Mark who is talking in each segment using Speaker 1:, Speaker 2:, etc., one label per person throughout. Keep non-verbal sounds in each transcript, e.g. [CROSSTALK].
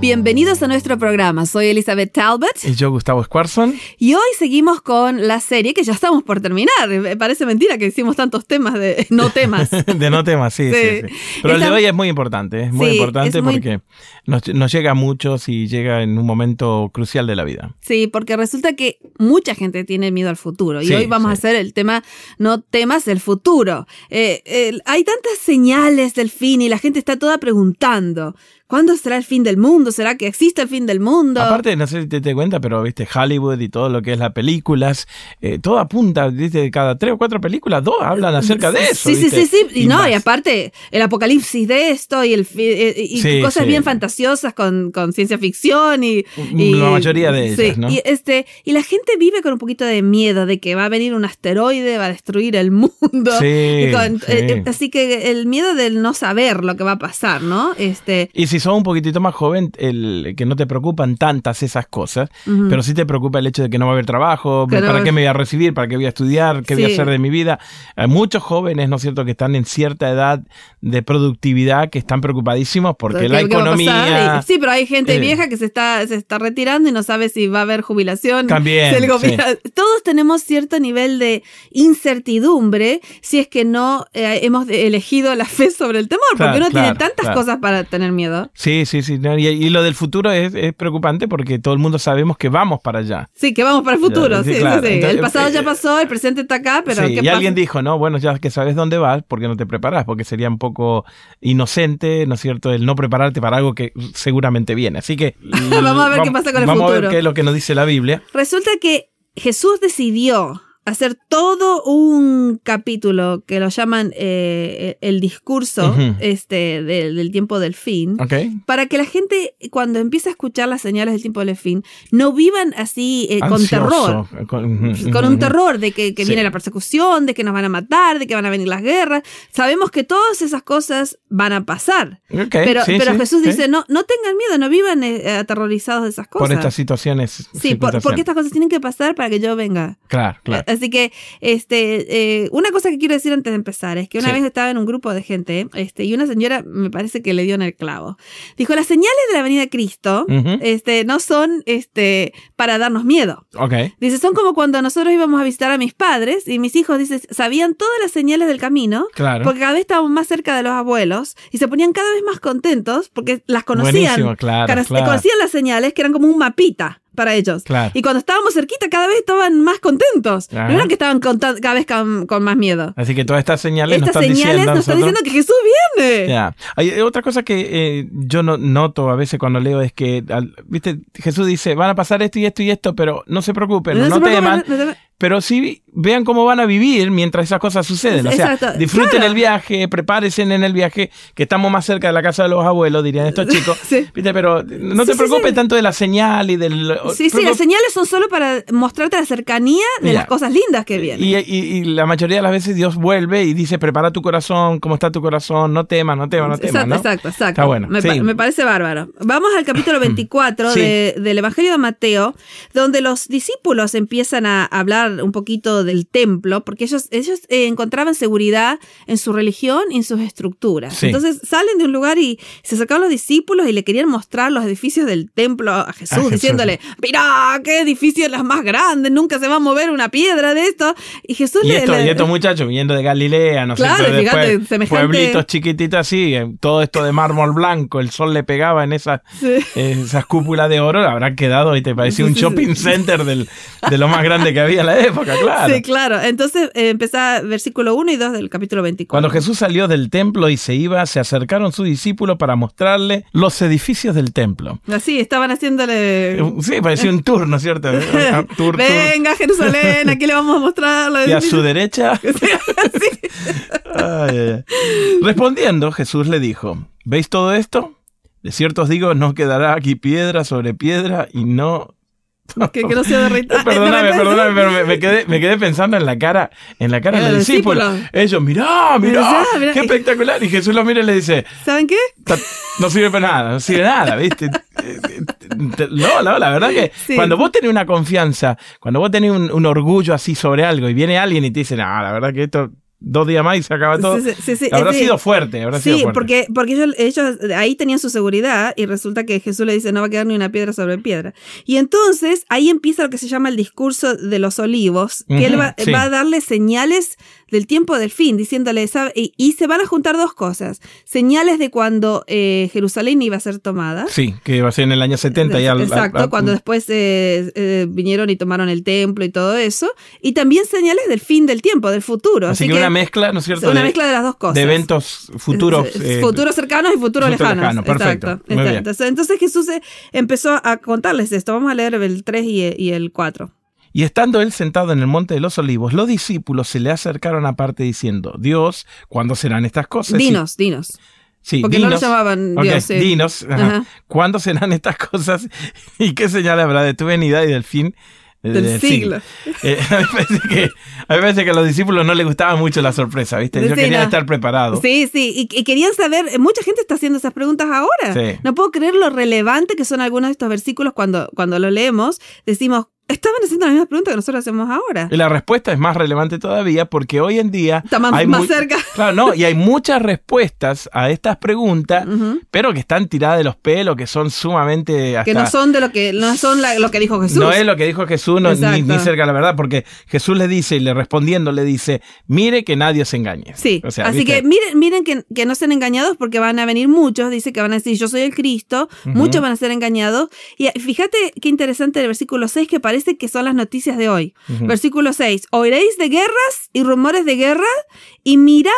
Speaker 1: Bienvenidos a nuestro programa. Soy Elizabeth Talbot.
Speaker 2: Y yo, Gustavo Squarson. [LAUGHS]
Speaker 1: Y hoy seguimos con la serie que ya estamos por terminar. Me Parece mentira que hicimos tantos temas de [LAUGHS] no
Speaker 2: [LAUGHS]
Speaker 1: temas.
Speaker 2: de no temas, sí, sí. sí, Pero el de
Speaker 1: Estamos-
Speaker 2: hoy es muy importante, es muy
Speaker 1: Sí,
Speaker 2: importante
Speaker 1: es muy-
Speaker 2: porque nos, nos llega a muchos y llega en un momento crucial de la vida.
Speaker 1: Sí, porque resulta que mucha gente tiene miedo al futuro. y
Speaker 2: Sí,
Speaker 1: hoy vamos
Speaker 2: sí.
Speaker 1: a hacer el tema, no temas el futuro. Eh, el- hay tantas señales del fin y la gente está toda preguntando, ¿cuándo será el fin del mundo? ¿Será que existe el fin del mundo?
Speaker 2: Aparte, no sé si te, te cuenta, pero viste Hollywood y todo lo que es las películas, eh, todo apunta, viste, cada tres o cuatro películas, dos hablan acerca de eso.
Speaker 1: Sí, sí,
Speaker 2: ¿viste?
Speaker 1: sí, sí. Y no,
Speaker 2: más.
Speaker 1: y aparte, el apocalipsis de esto y, el, fi- eh, y
Speaker 2: Sí,
Speaker 1: cosas
Speaker 2: sí. Mm,
Speaker 1: bien fantasiosas con, con ciencia ficción y, y-
Speaker 2: La mayoría de
Speaker 1: sí,
Speaker 2: ellas, ¿no?
Speaker 1: Y, este, y la gente vive con un poquito de miedo de que va a venir un asteroide, va a destruir el [LAUGHS] mundo.
Speaker 2: Sí,
Speaker 1: Y con-
Speaker 2: sí.
Speaker 1: eh, eh, así que el miedo del no saber lo que va a pasar, ¿no? Este,
Speaker 2: Y si sos un poquitito más joven, el que no te preocupan tantas esas cosas,
Speaker 1: Ujú.
Speaker 2: pero sí te preocupa el hecho de que no va a haber trabajo,
Speaker 1: Mm. Que no va a
Speaker 2: para qué
Speaker 1: haber-
Speaker 2: me voy a recibir, para qué voy a estudiar, qué voy
Speaker 1: Sí.
Speaker 2: a hacer de mi vida. Hay muchos jóvenes, ¿no es cierto?, que están en cierta edad de productividad, que están preocupadísimos porque
Speaker 1: ¿qué-
Speaker 2: la
Speaker 1: qué va a
Speaker 2: economía...
Speaker 1: pasar? Y- sí, pero hay gente
Speaker 2: eh,
Speaker 1: vieja que se está, se está retirando y no sabe si va a haber jubilación.
Speaker 2: [LAUGHS] También,
Speaker 1: si el gobierno- Todos tenemos cierto nivel de incertidumbre si es que no eh, hemos de- elegido la fe sobre el temor,
Speaker 2: Claro,
Speaker 1: porque uno tiene
Speaker 2: claro,
Speaker 1: tantas
Speaker 2: claro.
Speaker 1: cosas para tener miedo.
Speaker 2: Sí, sí, sí. no, Y, y lo del futuro es, es preocupante porque todo el mundo sabemos que vamos para allá.
Speaker 1: Sí, que vamos para el futuro.
Speaker 2: Ya, sí,
Speaker 1: sí, sí,
Speaker 2: claro.
Speaker 1: sí. el
Speaker 2: Entonces,
Speaker 1: pasado ya
Speaker 2: eh,
Speaker 1: pasó, el presente está acá, pero
Speaker 2: Sí,
Speaker 1: ¿qué
Speaker 2: y
Speaker 1: pasa?
Speaker 2: alguien dijo, no, bueno, ya que sabes dónde vas, ¿por qué no te preparas? Porque sería un poco inocente, ¿no es cierto?, el no prepararte para algo que seguramente viene. Así que...
Speaker 1: [LAUGHS] Vamos a ver qué pasa con el
Speaker 2: Vamos a ver
Speaker 1: futuro.
Speaker 2: qué es lo que nos dice la Biblia.
Speaker 1: Resulta que Jesús decidió hacer todo un capítulo que lo llaman eh, el discurso
Speaker 2: Ujú.
Speaker 1: este, del- del tiempo del fin.
Speaker 2: ¿Ok?
Speaker 1: para que la gente, cuando empiece a escuchar las señales del tiempo del fin, no vivan así eh, con terror.
Speaker 2: Ansioso, Con, ujú,
Speaker 1: Con
Speaker 2: ujú.
Speaker 1: un terror de que, que
Speaker 2: Sí.
Speaker 1: viene la persecución, de que nos van a matar, de que van a venir las guerras. Sabemos que todas esas cosas van a pasar.
Speaker 2: Ok,
Speaker 1: pero
Speaker 2: sí,
Speaker 1: pero
Speaker 2: sí,
Speaker 1: Jesús
Speaker 2: sí.
Speaker 1: dice, no, no tengan miedo, no vivan eh, aterrorizados de esas cosas.
Speaker 2: Por estas situaciones.
Speaker 1: sí, por- porque
Speaker 2: circunstancias.
Speaker 1: estas cosas tienen que pasar para que yo venga.
Speaker 2: Claro, claro.
Speaker 1: Así que, este, eh, una cosa que quiero decir antes de empezar es que una
Speaker 2: Sí.
Speaker 1: vez estaba en un grupo de gente, este, y una señora me parece que le dio en el clavo. Dijo, las señales de la venida de Cristo,
Speaker 2: Ujú.
Speaker 1: este, no son, este, para darnos miedo.
Speaker 2: Ok.
Speaker 1: Dice, son como cuando nosotros íbamos a visitar a mis padres y mis hijos, dice, sabían todas las señales del camino.
Speaker 2: Claro.
Speaker 1: Porque cada vez estábamos más cerca de los abuelos y se ponían cada vez más contentos porque las conocían.
Speaker 2: Buenísimo, claro,
Speaker 1: Cara-
Speaker 2: claro.
Speaker 1: Conocían las señales que eran como un mapita para ellos.
Speaker 2: Claro.
Speaker 1: Y cuando estábamos cerquita cada vez estaban más contentos.
Speaker 2: Ajá.
Speaker 1: No era que estaban conta- cada vez con, con más miedo.
Speaker 2: Así que todas estas señales
Speaker 1: Estas
Speaker 2: nos están
Speaker 1: señales
Speaker 2: diciendo, a
Speaker 1: nos están diciendo
Speaker 2: nosotros-
Speaker 1: que Jesús viene.
Speaker 2: Ya. Hay eh, otra cosa que eh, yo no, noto a veces cuando leo es que, al- viste, Jesús dice, van a pasar esto y esto y esto, pero no se preocupen, no,
Speaker 1: se preocupen,
Speaker 2: teman,
Speaker 1: no- no-
Speaker 2: pero sí vean cómo van a vivir mientras esas cosas suceden. O sea,
Speaker 1: Exacto,
Speaker 2: disfruten
Speaker 1: claro.
Speaker 2: el viaje, prepárense en el viaje, que estamos más cerca de la casa de los abuelos, dirían estos chicos.
Speaker 1: [LAUGHS] Sí.
Speaker 2: Viste, pero no
Speaker 1: Sí,
Speaker 2: te
Speaker 1: sí,
Speaker 2: preocupes
Speaker 1: sí.
Speaker 2: tanto de la señal y del...
Speaker 1: Sí, sí,
Speaker 2: preocup-
Speaker 1: las señales son solo para mostrarte la cercanía de
Speaker 2: Oh, Ya.
Speaker 1: las cosas lindas que vienen.
Speaker 2: y, y- y la mayoría de las veces Dios vuelve y dice, prepara tu corazón, cómo está tu corazón, no temas, no temas, no temas.
Speaker 1: Exacto,
Speaker 2: ¿no?
Speaker 1: exacto, exacto.
Speaker 2: Está bueno,
Speaker 1: Me,
Speaker 2: sí.
Speaker 1: pa- me parece bárbaro. Vamos al
Speaker 2: [CLEARS THROAT]
Speaker 1: capítulo 24
Speaker 2: Sí.
Speaker 1: de- del Evangelio de Mateo, donde los discípulos empiezan a hablar un poquito del templo, porque ellos, ellos eh, encontraban seguridad en su religión y en sus estructuras.
Speaker 2: Sí.
Speaker 1: Entonces salen de un lugar y se sacaron los discípulos y le querían mostrar los edificios del templo a Jesús,
Speaker 2: Jesús.
Speaker 1: diciéndole, mirá, qué edificio es las más grandes, nunca se va a mover una piedra de esto. Y Jesús
Speaker 2: Y,
Speaker 1: le...
Speaker 2: esto-
Speaker 1: le-
Speaker 2: y estos muchachos viniendo de Galilea, no
Speaker 1: Claro,
Speaker 2: sé, pero
Speaker 1: fíjate,
Speaker 2: después,
Speaker 1: semejante-
Speaker 2: pueblitos chiquititos así, eh, todo esto de mármol blanco, el sol le pegaba en esas,
Speaker 1: [LAUGHS] Sí.
Speaker 2: eh, esas cúpulas de oro, habrán quedado y te parecía
Speaker 1: Sí,
Speaker 2: un
Speaker 1: sí,
Speaker 2: shopping center del, de lo más grande que había en la época, claro.
Speaker 1: Sí, claro. Entonces eh, empezá versículo 1 y 2 del capítulo 24.
Speaker 2: Cuando Jesús salió del templo y se iba, se acercaron sus discípulos para mostrarle los edificios del templo.
Speaker 1: Así, estaban haciéndole...
Speaker 2: Eh, Sí, parecía un tour, ¿no
Speaker 1: [LAUGHS]
Speaker 2: es cierto? Un tour, tour.
Speaker 1: Venga, Jerusalén, aquí le vamos a mostrar la
Speaker 2: [LAUGHS] Y a su derecha
Speaker 1: [LAUGHS] Sí.
Speaker 2: Ay, ay, ay. Respondiendo, Jesús le dijo, ¿veis todo esto? De cierto os digo, no quedará aquí piedra sobre piedra y no
Speaker 1: Que, que [LAUGHS] no sea de renta-
Speaker 2: [LAUGHS] Perdóname,
Speaker 1: de renta-
Speaker 2: perdóname, pero me, me quedé, me quedé pensando en la cara, en la cara
Speaker 1: Era
Speaker 2: del
Speaker 1: el
Speaker 2: discípulo.
Speaker 1: discípulo.
Speaker 2: Ellos, mirá, mirá,
Speaker 1: Mirá, mirá.
Speaker 2: qué espectacular. Y Jesús lo mira y le dice,
Speaker 1: ¿Saben qué?
Speaker 2: "Ta- no sirve para nada, no sirve nada, ¿viste? Te- No, la, la verdad que
Speaker 1: Sí.
Speaker 2: cuando vos tenés una confianza, cuando vos tenés un, un orgullo así sobre algo y viene alguien y te dice, no, la verdad que esto dos días más y se acaba todo.
Speaker 1: Sí, sí, sí,
Speaker 2: habrá
Speaker 1: sí.
Speaker 2: sido fuerte, habrá sido
Speaker 1: Sí,
Speaker 2: fuerte.
Speaker 1: porque, porque ellos, ellos ahí tenían su seguridad y resulta que Jesús le dice no va a quedar ni una piedra sobre piedra. Y entonces ahí empieza lo que se llama el discurso de los olivos, que él
Speaker 2: Ujú,
Speaker 1: va,
Speaker 2: sí.
Speaker 1: va a darle señales del tiempo del fin, diciéndole, ¿sabe? Y, y se van a juntar dos cosas, señales de cuando eh, Jerusalén iba a ser tomada.
Speaker 2: Sí, que va a ser en el año 70 y al- al-
Speaker 1: Exacto,
Speaker 2: al-
Speaker 1: cuando después eh, eh, vinieron y tomaron el templo y todo eso. Y también señales del fin del tiempo, del futuro.
Speaker 2: Así
Speaker 1: Así,
Speaker 2: que, una mezcla, ¿no es cierto?
Speaker 1: una
Speaker 2: de-
Speaker 1: mezcla de las dos cosas.
Speaker 2: de eventos futuros. eh,
Speaker 1: futuros cercanos y futuros
Speaker 2: futuro
Speaker 1: lejanos.
Speaker 2: lejano, perfecto,
Speaker 1: Exacto,
Speaker 2: muy bien.
Speaker 1: exacto. Entonces, entonces Jesús eh, empezó a contarles esto. Vamos a leer el 3 y, e- y el 4.
Speaker 2: Y estando él sentado en el monte de los olivos, los discípulos se le acercaron aparte diciendo, Dios, ¿cuándo serán estas cosas?
Speaker 1: Dinos, dinos.
Speaker 2: Sí, sí,
Speaker 1: Porque no
Speaker 2: dinos.
Speaker 1: lo llamaban
Speaker 2: Ok,
Speaker 1: Dios. sí.
Speaker 2: dinos, ajá,
Speaker 1: Ajá.
Speaker 2: ¿cuándo serán estas cosas? [LAUGHS] ¿Y qué señal habrá de tu venida y del fin eh,
Speaker 1: Del siglo.
Speaker 2: Eh, [LAUGHS] a, mí me parece que, a mí me parece que a los discípulos no les gustaba mucho la sorpresa, ¿viste? Yo
Speaker 1: Sí,
Speaker 2: quería
Speaker 1: no.
Speaker 2: estar preparado.
Speaker 1: Sí, sí, y, y querían saber, eh, mucha gente está haciendo esas preguntas ahora.
Speaker 2: Sí.
Speaker 1: No puedo creer lo relevante que son algunos de estos versículos cuando, cuando lo leemos. Decimos, estaban haciendo las mismas preguntas que nosotros hacemos ahora.
Speaker 2: Y la respuesta es más relevante todavía porque hoy en día...
Speaker 1: Estamos
Speaker 2: hay
Speaker 1: más
Speaker 2: mu-
Speaker 1: cerca.
Speaker 2: [LAUGHS] Claro, no, y hay muchas respuestas a estas preguntas,
Speaker 1: Ujú.
Speaker 2: pero que están tiradas de los pelos, que son sumamente... Hasta,
Speaker 1: Que no son de lo que, no son la- lo que dijo Jesús.
Speaker 2: No es lo que dijo Jesús, no, ni,
Speaker 1: Exacto.
Speaker 2: ni cerca de la verdad, porque Jesús le dice y le respondiendo le dice, mire que nadie se engañe.
Speaker 1: Sí,
Speaker 2: O sea,
Speaker 1: así que
Speaker 2: ¿viste?
Speaker 1: miren, miren que, que no sean engañados porque van a venir muchos, dice que van a decir yo soy el Cristo,
Speaker 2: Ujú.
Speaker 1: muchos van a ser engañados. Y eh, fíjate qué interesante el versículo 6 que parece que son las noticias de hoy.
Speaker 2: Ujú.
Speaker 1: Versículo 6, oiréis de guerras y rumores de guerra y mirad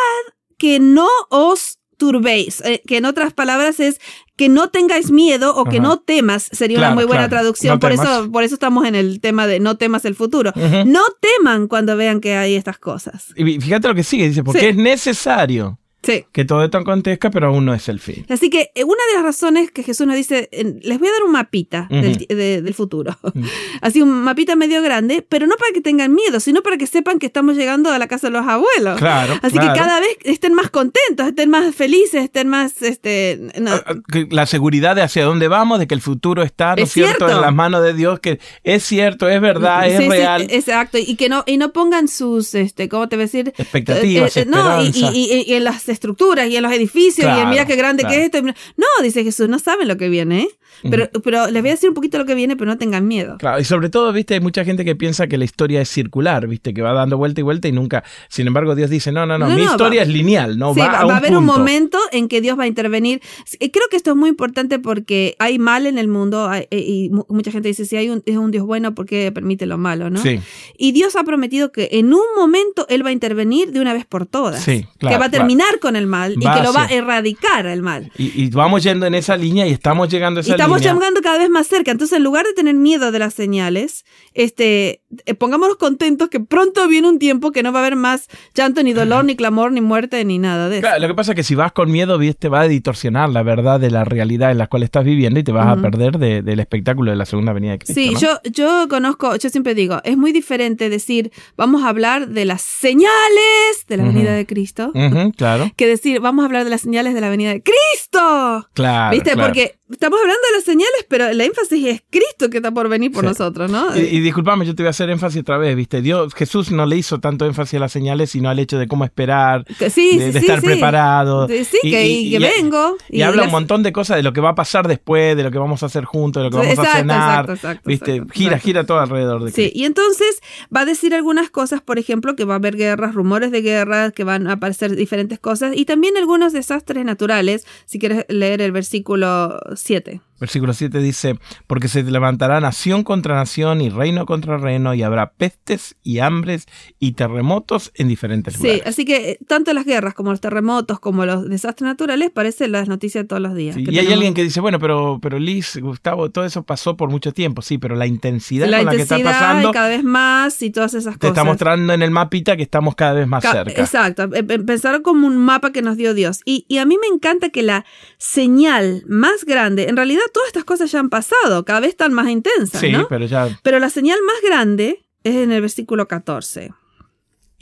Speaker 1: que no os turbéis, Eh, que en otras palabras es que no tengáis miedo o que
Speaker 2: Ajá.
Speaker 1: no temas, sería
Speaker 2: Claro,
Speaker 1: una muy buena
Speaker 2: claro,
Speaker 1: traducción,
Speaker 2: no
Speaker 1: por,
Speaker 2: temas.
Speaker 1: eso, por eso estamos en el tema de no temas el futuro.
Speaker 2: Ujú.
Speaker 1: No teman cuando vean que hay estas cosas.
Speaker 2: Y fíjate lo que sigue, dice, porque
Speaker 1: Sí.
Speaker 2: es necesario
Speaker 1: Sí.
Speaker 2: que todo esto acontezca, pero aún no es el fin.
Speaker 1: Así que eh, una de las razones que Jesús nos dice, en- les voy a dar un mapita del,
Speaker 2: Ujú.
Speaker 1: de- del futuro,
Speaker 2: Ujú.
Speaker 1: [LAUGHS] así un mapita medio grande, pero no para que tengan miedo, sino para que sepan que estamos llegando a la casa de los abuelos.
Speaker 2: Claro.
Speaker 1: Así
Speaker 2: claro.
Speaker 1: que cada vez estén más contentos, estén más felices, estén más, este, no,
Speaker 2: Ah, ah, que La seguridad de hacia dónde vamos, de que el futuro está, ¿no
Speaker 1: Es
Speaker 2: es cierto?,
Speaker 1: cierto.
Speaker 2: en las manos de Dios, que es cierto, es verdad, es
Speaker 1: sí, eh, sí,
Speaker 2: real.
Speaker 1: exacto, y que no y no pongan sus, este, ¿cómo te voy a decir?
Speaker 2: Expectativas,
Speaker 1: Eh, eh, no, y,
Speaker 2: esperanza.
Speaker 1: y- y- y en las estructuras y en los edificios y en
Speaker 2: Claro,
Speaker 1: mira qué grande que
Speaker 2: claro.
Speaker 1: es esto. y mira- No, dice Jesús, no saben lo que viene, ¿eh? Pero, pero les voy a decir un poquito lo que viene, pero no tengan miedo.
Speaker 2: Claro, y sobre todo, viste, hay mucha gente que piensa que la historia es circular, viste, que va dando vuelta y vuelta y nunca. Sin embargo, Dios dice, no, no, no,
Speaker 1: No,
Speaker 2: mi
Speaker 1: no,
Speaker 2: historia
Speaker 1: va-
Speaker 2: es lineal, no
Speaker 1: Sí,
Speaker 2: va, a, un
Speaker 1: haber un
Speaker 2: punto.
Speaker 1: momento en que Dios va a intervenir. Sí, eh, Creo que esto es muy importante porque hay mal en el mundo hay- eh, y mu- mucha gente dice, si hay un, es un Dios bueno, ¿por qué permite lo malo? ¿no?
Speaker 2: Sí,
Speaker 1: Y Dios ha prometido que en un momento Él va a intervenir de una vez por todas.
Speaker 2: Sí, claro,
Speaker 1: que va a terminar con el mal y
Speaker 2: Va
Speaker 1: que lo va a
Speaker 2: hacia-
Speaker 1: erradicar el mal.
Speaker 2: y, y vamos yendo en esa línea y estamos llegando a
Speaker 1: Y
Speaker 2: esa
Speaker 1: estamos
Speaker 2: línea.
Speaker 1: llegando cada vez más cerca. Entonces, en lugar de tener miedo de las señales, este, eh, pongámonos contentos que pronto viene un tiempo que no va a haber más llanto, ni
Speaker 2: [LAUGHS]
Speaker 1: dolor, ni clamor, ni muerte, ni nada de eso.
Speaker 2: Claro, lo que pasa es que si vas con miedo, viste, va a distorsionar la verdad de la realidad en la cual estás viviendo y te vas
Speaker 1: Ujú.
Speaker 2: a perder de- del espectáculo de la segunda venida de Cristo.
Speaker 1: Sí,
Speaker 2: ¿no?
Speaker 1: yo, yo conozco, yo siempre digo, es muy diferente decir, vamos a hablar de las señales de la
Speaker 2: Ujú.
Speaker 1: venida de Cristo,
Speaker 2: Ujú, claro,
Speaker 1: que decir, vamos a hablar de las señales de la venida de Cristo.
Speaker 2: claro.
Speaker 1: ¿Viste?
Speaker 2: claro.
Speaker 1: Porque estamos hablando de las señales, pero el énfasis es Cristo que está por venir por
Speaker 2: Sí.
Speaker 1: nosotros, ¿no?
Speaker 2: Y, y disculpame, yo te voy a hacer énfasis otra vez, ¿viste? Dios, Jesús no le hizo tanto énfasis a las señales, sino al hecho de cómo esperar,
Speaker 1: Que sí,
Speaker 2: de,
Speaker 1: sí,
Speaker 2: de
Speaker 1: sí,
Speaker 2: estar
Speaker 1: sí.
Speaker 2: preparado.
Speaker 1: De- Sí,
Speaker 2: Y-
Speaker 1: que,
Speaker 2: y-
Speaker 1: y que
Speaker 2: y-
Speaker 1: vengo.
Speaker 2: Y, habla
Speaker 1: las-
Speaker 2: un montón de cosas de lo que va a pasar después, de lo que vamos a hacer juntos, de lo que vamos
Speaker 1: Exacto,
Speaker 2: a cenar.
Speaker 1: exacto, exacto,
Speaker 2: ¿Viste?
Speaker 1: exacto,
Speaker 2: gira,
Speaker 1: exacto.
Speaker 2: gira todo alrededor de
Speaker 1: Sí,
Speaker 2: Cristo.
Speaker 1: y entonces va a decir algunas cosas, por ejemplo, que va a haber guerras, rumores de guerras, que van a aparecer diferentes cosas, y también algunos desastres naturales, si quieres leer el versículo 7.
Speaker 2: Versículo 7 dice, porque se levantará nación contra nación y reino contra reino y habrá pestes y hambres y terremotos en diferentes
Speaker 1: Sí,
Speaker 2: lugares.
Speaker 1: así que eh, tanto las guerras como los terremotos, como los desastres naturales, parecen las noticias de todos los días.
Speaker 2: Sí,
Speaker 1: que
Speaker 2: y hay
Speaker 1: tenemos.
Speaker 2: alguien que dice, bueno, pero, pero Liz, Gustavo, todo eso pasó por mucho tiempo, sí, pero la intensidad
Speaker 1: la
Speaker 2: con la que
Speaker 1: intensidad
Speaker 2: está
Speaker 1: y
Speaker 2: pasando
Speaker 1: cada vez más y todas esas
Speaker 2: te
Speaker 1: cosas.
Speaker 2: está mostrando en el mapita que estamos cada vez más
Speaker 1: Ca-
Speaker 2: cerca.
Speaker 1: Exacto, eh, pe- pensaron como un mapa que nos dio Dios. Y, y a mí me encanta que la señal más grande, en realidad todas estas cosas ya han pasado, cada vez están más intensas,
Speaker 2: Sí,
Speaker 1: ¿no?
Speaker 2: pero ya.
Speaker 1: Pero la señal más grande es en el versículo 14.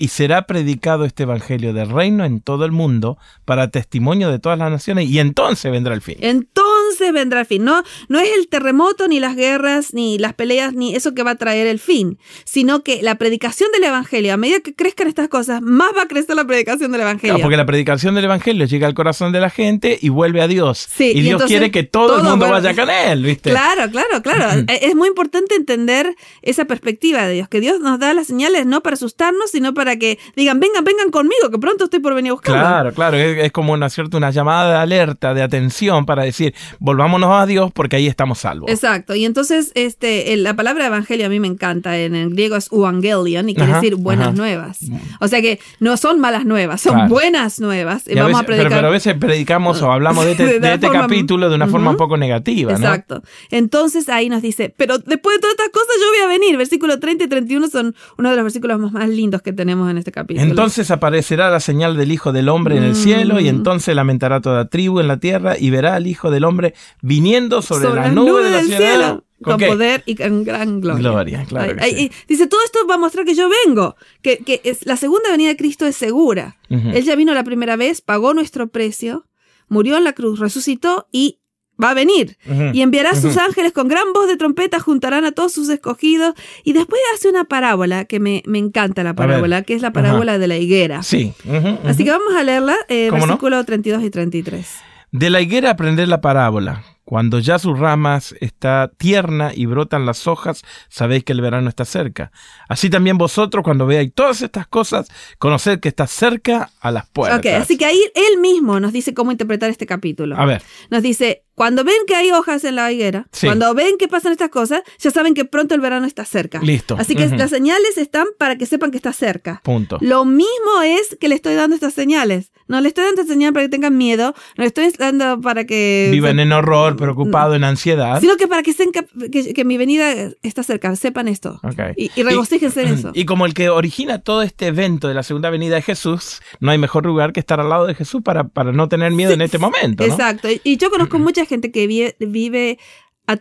Speaker 2: Y será predicado este evangelio del reino en todo el mundo para testimonio de todas las naciones y entonces vendrá el fin.
Speaker 1: Entonces vendrá el fin. No, no es el terremoto, ni las guerras, ni las peleas, ni eso que va a traer el fin, sino que la predicación del Evangelio, a medida que crezcan estas cosas, más va a crecer la predicación del Evangelio.
Speaker 2: Claro, Ah, porque la predicación del evangelio llega al corazón de la gente y vuelve a Dios.
Speaker 1: Sí,
Speaker 2: y,
Speaker 1: y
Speaker 2: Dios
Speaker 1: entonces
Speaker 2: quiere que todo, el
Speaker 1: todo
Speaker 2: mundo
Speaker 1: vuelve-
Speaker 2: vaya con él, ¿viste?
Speaker 1: Claro, claro, claro. Eh, Es muy importante entender esa perspectiva de Dios, que Dios nos da las señales no para asustarnos, sino para que digan, vengan, vengan conmigo, que pronto estoy por venir a buscarlos.
Speaker 2: Claro, claro, es, es como una cierta una llamada de alerta, de atención para decir, volvámonos a Dios porque ahí estamos salvos.
Speaker 1: Exacto, y entonces este, el- la palabra evangelio a mí me encanta, en el griego es evangelion y quiere
Speaker 2: Ajá,
Speaker 1: decir buenas
Speaker 2: ajá. Mm.
Speaker 1: nuevas. O sea que no son malas nuevas, son
Speaker 2: Claro.
Speaker 1: buenas nuevas. Y
Speaker 2: Y a
Speaker 1: vamos
Speaker 2: veces-
Speaker 1: a
Speaker 2: pero-
Speaker 1: predicar.
Speaker 2: pero, a veces predicamos o hablamos de
Speaker 1: [LAUGHS]
Speaker 2: este,
Speaker 1: De
Speaker 2: de
Speaker 1: una
Speaker 2: este
Speaker 1: forma-
Speaker 2: capítulo de una forma un
Speaker 1: Ujú.
Speaker 2: poco negativa, ¿no?
Speaker 1: Exacto. Entonces ahí nos dice, pero después de todas estas cosas yo voy a venir. Versículo 30 y 31 son uno de los versículos más, más lindos que tenemos en este capítulo.
Speaker 2: Entonces aparecerá la señal del Hijo del Hombre en el
Speaker 1: Mm.
Speaker 2: cielo y entonces lamentará toda tribu en la tierra y verá al Hijo del Hombre viniendo sobre, las nubes de la ciudad.
Speaker 1: con
Speaker 2: qué?
Speaker 1: poder y con gran gloria.
Speaker 2: Gloria, claro que sí.
Speaker 1: y dice, todo esto va a mostrar que yo vengo, que, que es, la segunda venida de Cristo es segura.
Speaker 2: Ujú.
Speaker 1: Él ya vino la primera vez, pagó nuestro precio, murió en la cruz, resucitó y va a venir.
Speaker 2: Ujú.
Speaker 1: Y enviará a sus
Speaker 2: Mm. Ujú.
Speaker 1: ángeles con gran voz de trompeta, juntarán a todos sus escogidos. Y después hace una parábola que me, me encanta la
Speaker 2: ver.
Speaker 1: parábola, que es la parábola de la higuera.
Speaker 2: Sí. Ujú, ujú.
Speaker 1: Así que vamos a leerla, eh,
Speaker 2: ¿Cómo no?
Speaker 1: versículo 32 y 33.
Speaker 2: De la higuera aprender la parábola. Cuando ya sus ramas está tierna y brotan las hojas, sabéis que el verano está cerca. Así también vosotros, cuando veáis todas estas cosas, conoced que está cerca a las puertas.
Speaker 1: Ok, así que ahí él mismo nos dice cómo interpretar este capítulo.
Speaker 2: A ver,
Speaker 1: Nos dice, cuando ven que hay hojas en la higuera,
Speaker 2: Sí.
Speaker 1: cuando ven que pasan estas cosas, ya saben que pronto el verano está cerca.
Speaker 2: listo.
Speaker 1: Así que
Speaker 2: Ujú.
Speaker 1: las señales están para que sepan que está cerca.
Speaker 2: Punto.
Speaker 1: Lo mismo es que le estoy dando estas señales. No le estoy dando esta señal para que tengan miedo, no le estoy dando para que...
Speaker 2: Viven en horror, preocupado, en ansiedad.
Speaker 1: Sino que para que, sean cap- que, que mi venida está cerca, sepan esto.
Speaker 2: Ok.
Speaker 1: Y, y regocíjense en
Speaker 2: [CLEARS THROAT]
Speaker 1: eso.
Speaker 2: Y como el que origina todo este evento de la segunda venida de Jesús, no hay mejor lugar que estar al lado de Jesús para, para no tener miedo en este momento. ¿no?
Speaker 1: Exacto. Y- Y yo conozco mucha gente que vie- vive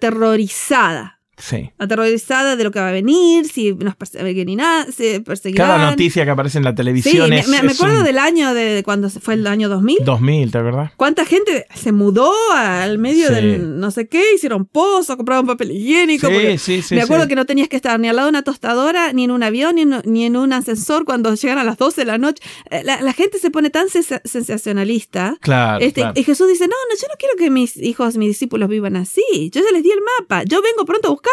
Speaker 1: aterrorizada
Speaker 2: Sí.
Speaker 1: aterrorizada de lo que va a venir, si nos perseguirán, si perseguirán.
Speaker 2: Cada noticia que aparece en la
Speaker 1: Sí,
Speaker 2: televisión
Speaker 1: me,
Speaker 2: es,
Speaker 1: me- me
Speaker 2: es
Speaker 1: acuerdo
Speaker 2: un
Speaker 1: del año de, de cuando se fue el año 2000.
Speaker 2: 2000, ¿te acordás?
Speaker 1: ¿Cuánta gente se mudó al medio
Speaker 2: Sí.
Speaker 1: del no sé qué? Hicieron pozos, compraron papel higiénico.
Speaker 2: Sí,
Speaker 1: porque
Speaker 2: sí, sí.
Speaker 1: me acuerdo
Speaker 2: sí.
Speaker 1: que no tenías que estar ni al lado de una tostadora, ni en un avión, ni en, ni en un ascensor cuando llegan a las 12 de la noche. Eh, La, la gente se pone tan sensa- sensacionalista.
Speaker 2: Claro,
Speaker 1: Este,
Speaker 2: claro.
Speaker 1: Y Jesús dice, no, no, yo no quiero que mis hijos, mis discípulos vivan así. Yo ya les di el mapa. Yo vengo pronto a buscarlo.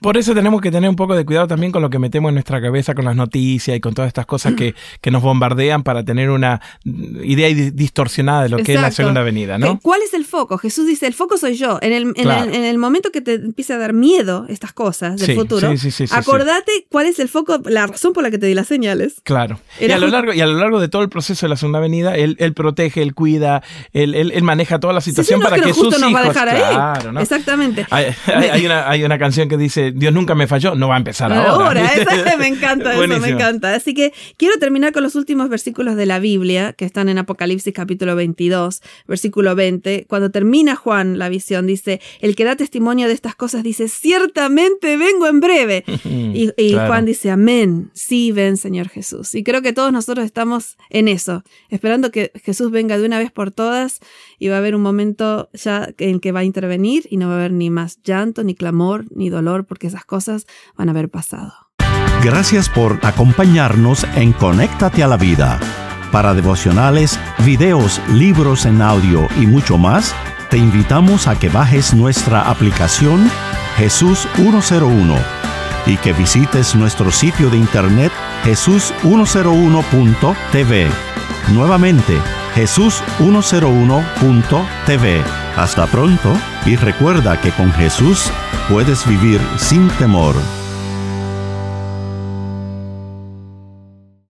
Speaker 2: Por eso tenemos que tener un poco de cuidado también con lo que metemos en nuestra cabeza, con las noticias y con todas estas cosas
Speaker 1: [CLEARS THROAT]
Speaker 2: que, que nos bombardean para tener una mm, idea di- distorsionada de lo que es la
Speaker 1: Exacto.
Speaker 2: segunda venida,
Speaker 1: Eh,
Speaker 2: ¿no?
Speaker 1: ¿Cuál es el foco? Jesús dice, el foco soy yo. En el, en
Speaker 2: Claro.
Speaker 1: el- en el momento que te empiece a dar miedo estas cosas del
Speaker 2: Sí,
Speaker 1: futuro,
Speaker 2: sí, sí, sí, sí, sí.
Speaker 1: acordate cuál es el foco, la razón por la que te di las señales.
Speaker 2: Claro. Y
Speaker 1: Era
Speaker 2: a, lo
Speaker 1: ju-
Speaker 2: largo, y a lo largo de todo el proceso de la segunda venida, él, él protege, él cuida, él, él- él maneja toda la
Speaker 1: Sí, sí,
Speaker 2: situación
Speaker 1: no es
Speaker 2: para
Speaker 1: que
Speaker 2: que
Speaker 1: lo justo
Speaker 2: sus
Speaker 1: nos
Speaker 2: hijos.
Speaker 1: va a dejar
Speaker 2: claro,
Speaker 1: ahí.
Speaker 2: ¿no?
Speaker 1: Exactamente.
Speaker 2: Hay, hay- hay una, hay una canción que dice, Dios nunca me falló, no va a empezar ahora.
Speaker 1: Ahora,
Speaker 2: [LAUGHS]
Speaker 1: [LAUGHS]
Speaker 2: ¿viste?
Speaker 1: esa- me encanta, eso me
Speaker 2: Buenísimo.
Speaker 1: encanta. Así que quiero terminar con los últimos versículos de la Biblia, que están en Apocalipsis capítulo 22, versículo 20. Cuando termina Juan la visión, dice, el que da testimonio de estas cosas dice, ciertamente vengo en breve. Y, y
Speaker 2: Mm, Claro.
Speaker 1: Juan dice, amén, sí ven Señor Jesús. Y creo que todos nosotros estamos en eso, esperando que Jesús venga de una vez por todas y va a haber un momento ya en que va a intervenir y no va a haber ni más llanto, ni clamor, ni dolor, porque esas cosas van a haber pasado.
Speaker 3: Gracias por acompañarnos en Conéctate a la Vida. Para devocionales, videos, libros en audio y mucho más, te invitamos a que bajes nuestra aplicación Jesús 101 y que visites nuestro sitio de internet jesús101.tv. Nuevamente, jesús101.tv. Hasta pronto y recuerda que con Jesús puedes vivir sin temor.